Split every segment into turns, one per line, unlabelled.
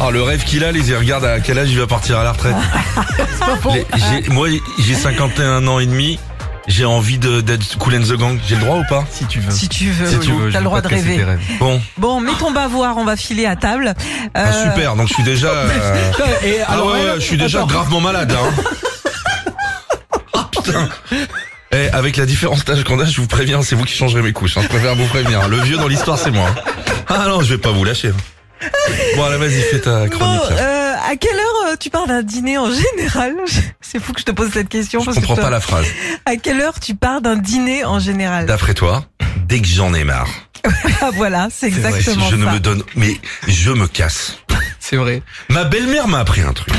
Ah, le rêve qu'il a, les il regarde à quel âge il va partir à la retraite. Les- j'ai- moi, j'ai 51 ans et demi. J'ai envie de- d'être cool and the gang. J'ai le droit ou pas
Si tu veux.
Si tu veux,
Si
Lolo,
je
t'as
veux
le droit
pas
de
te casser
rêver.
tes rêves.
Bon,
Bon, mettons Bavoir, on va filer à table.
ah,
Euh,
super. Donc je suis déjà. euh,
Et
Ah
alors,
ouais, ouais,
elle-
je suis déjà
attends,
gravement malade. hein. Ah putain. Eh, avec la différence d'âge qu'on a, je vous préviens, c'est vous qui changerez mes couches. hein. Je préfère vous prévenir. Le vieux dans l'histoire, c'est moi. hein. Ah non, je vais pas vous lâcher. hein. Bon, allez, vas-y, fais ta
Bon,
chronique. là.
euh, à quelle heure euh, tu pars d'un dîner en général C'est fou que je te pose cette question.
Je
parce que
comprends
toi,
pas la phrase.
À quelle heure tu pars d'un dîner en général
D'après toi, dès que j'en ai marre,
Ah voilà, c'est
Ouais,
exactement
je ne
ça.
me donne, mais je me casse.
C'est vrai.
Ma belle-mère m'a appris un truc.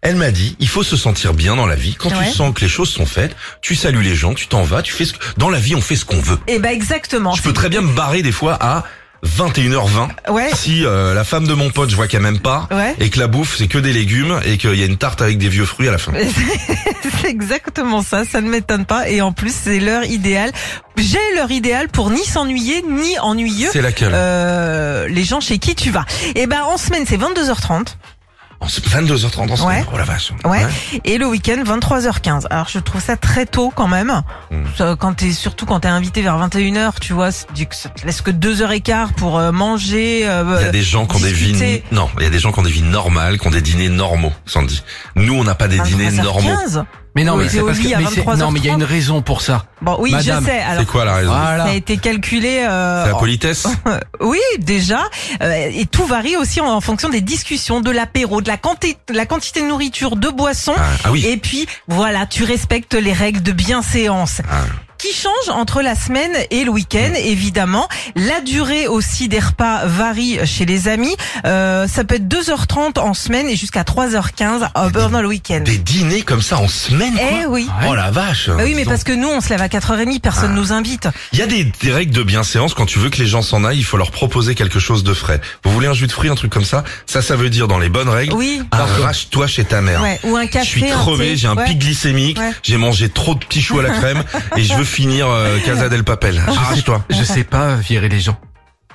Elle m'a dit, il faut se sentir bien dans la vie. Quand
Ouais.
tu sens que les choses sont faites, tu salues les gens, tu t'en vas, tu fais ce que, dans la vie, on fait ce qu'on veut.
Eh ben exactement.
Je peux très bien me barrer des fois à 21h20
Ouais,
si euh, la femme de mon pote je vois qu'elle m'aime pas
Ouais.
et que la bouffe c'est que des légumes et qu'il y a une tarte avec des vieux fruits à la fin.
c'est exactement ça. Ça ne m'étonne pas. Et en plus, c'est l'heure idéale. J'ai l'heure idéale pour ni s'ennuyer ni ennuyeux.
C'est laquelle
euh, les gens chez qui tu vas. Eh ben en semaine c'est 22h30
En s- 22h30 en semaine.
Ouais.
Oh la vache.
ouais, Euh, et le week-end 23h15. Alors je trouve ça très tôt quand même.
Mm.
Ça, Quand t'es surtout quand t'es invité vers 21h, tu vois, c'est- du- que ça te laisse que deux heures et quart pour euh, manger. euh,
Il y a des gens qui ont des vies
discuter.
non, il y a des gens qui ont des vies normales, qui ont des dîners normaux, Sandy. Nous on n'a pas
Ah,
des dîners
23h15.
normaux.
Mais non, mais
Oui, t'es
c'est
au
parce
lit
que
à
mais c'est-
23h30.
non, mais il y a une raison pour ça.
Bon oui,
Madame,
je sais. Alors
C'est quoi la raison
Voilà.
ça a été calculé. euh,
C'est la
en-
politesse.
Oui, déjà. Euh, et tout varie aussi en, en fonction des discussions, de l'apéro, de la, quanti- de la quantité de nourriture, de boissons.
Ah, ah oui.
Et puis, voilà, tu respectes les règles de bienséance.
Ah. Mm.
Qui change entre la semaine et le week-end, évidemment. La durée aussi des repas varie chez les amis. Euh, ça peut être 2h30 en semaine et jusqu'à 3h15 euh, pendant le week-end.
Des dîners comme ça en semaine quoi.
Eh oui.
Ouais.
Oh la vache.
Bah oui,
Dis
mais
Ah. donc.
parce que nous, on se lève à 4h30, personne nous invite.
Il y a des, des règles de bienséance. Quand tu veux que les gens s'en aillent, il faut leur proposer quelque chose de frais. Vous voulez un jus de fruits, un truc comme ça Ça, ça veut dire dans les bonnes règles.
Oui.
Arrache-toi chez ta mère.
Ouais. Ou un
Ah. Je
café.
suis
un
crevé,
thé.
j'ai un
Ouais.
pic glycémique,
Ouais.
j'ai mangé trop de petits choux à la crème et je veux finir euh, Casa del Papel. Arrache-toi.
Je sais pas virer les gens.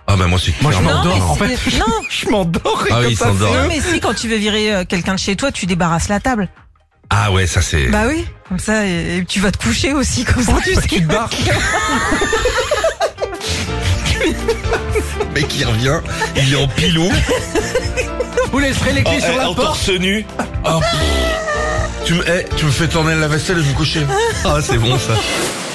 Ah bah moi c'est
Moi, je
clairement-
Non, mais
m'endors. En
c'est-
fait,
non,
Je m'endors.
Ah oui, il s'endort.
Non mais si quand tu veux virer euh, quelqu'un de chez toi, tu débarrasses la table.
Ah ouais, ça c'est.
Bah oui, comme ça et, et tu vas te coucher aussi comme ça tu sais.
Tu te barres.
Le mec il revient, il est en pilou,
Vous laisserez les
Oh,
clés
eh,
sur la porte.
torse nu. Oh, pff. tu me, eh, tu me fais tourner la vaisselle et je me coucher. Ah c'est bon ça.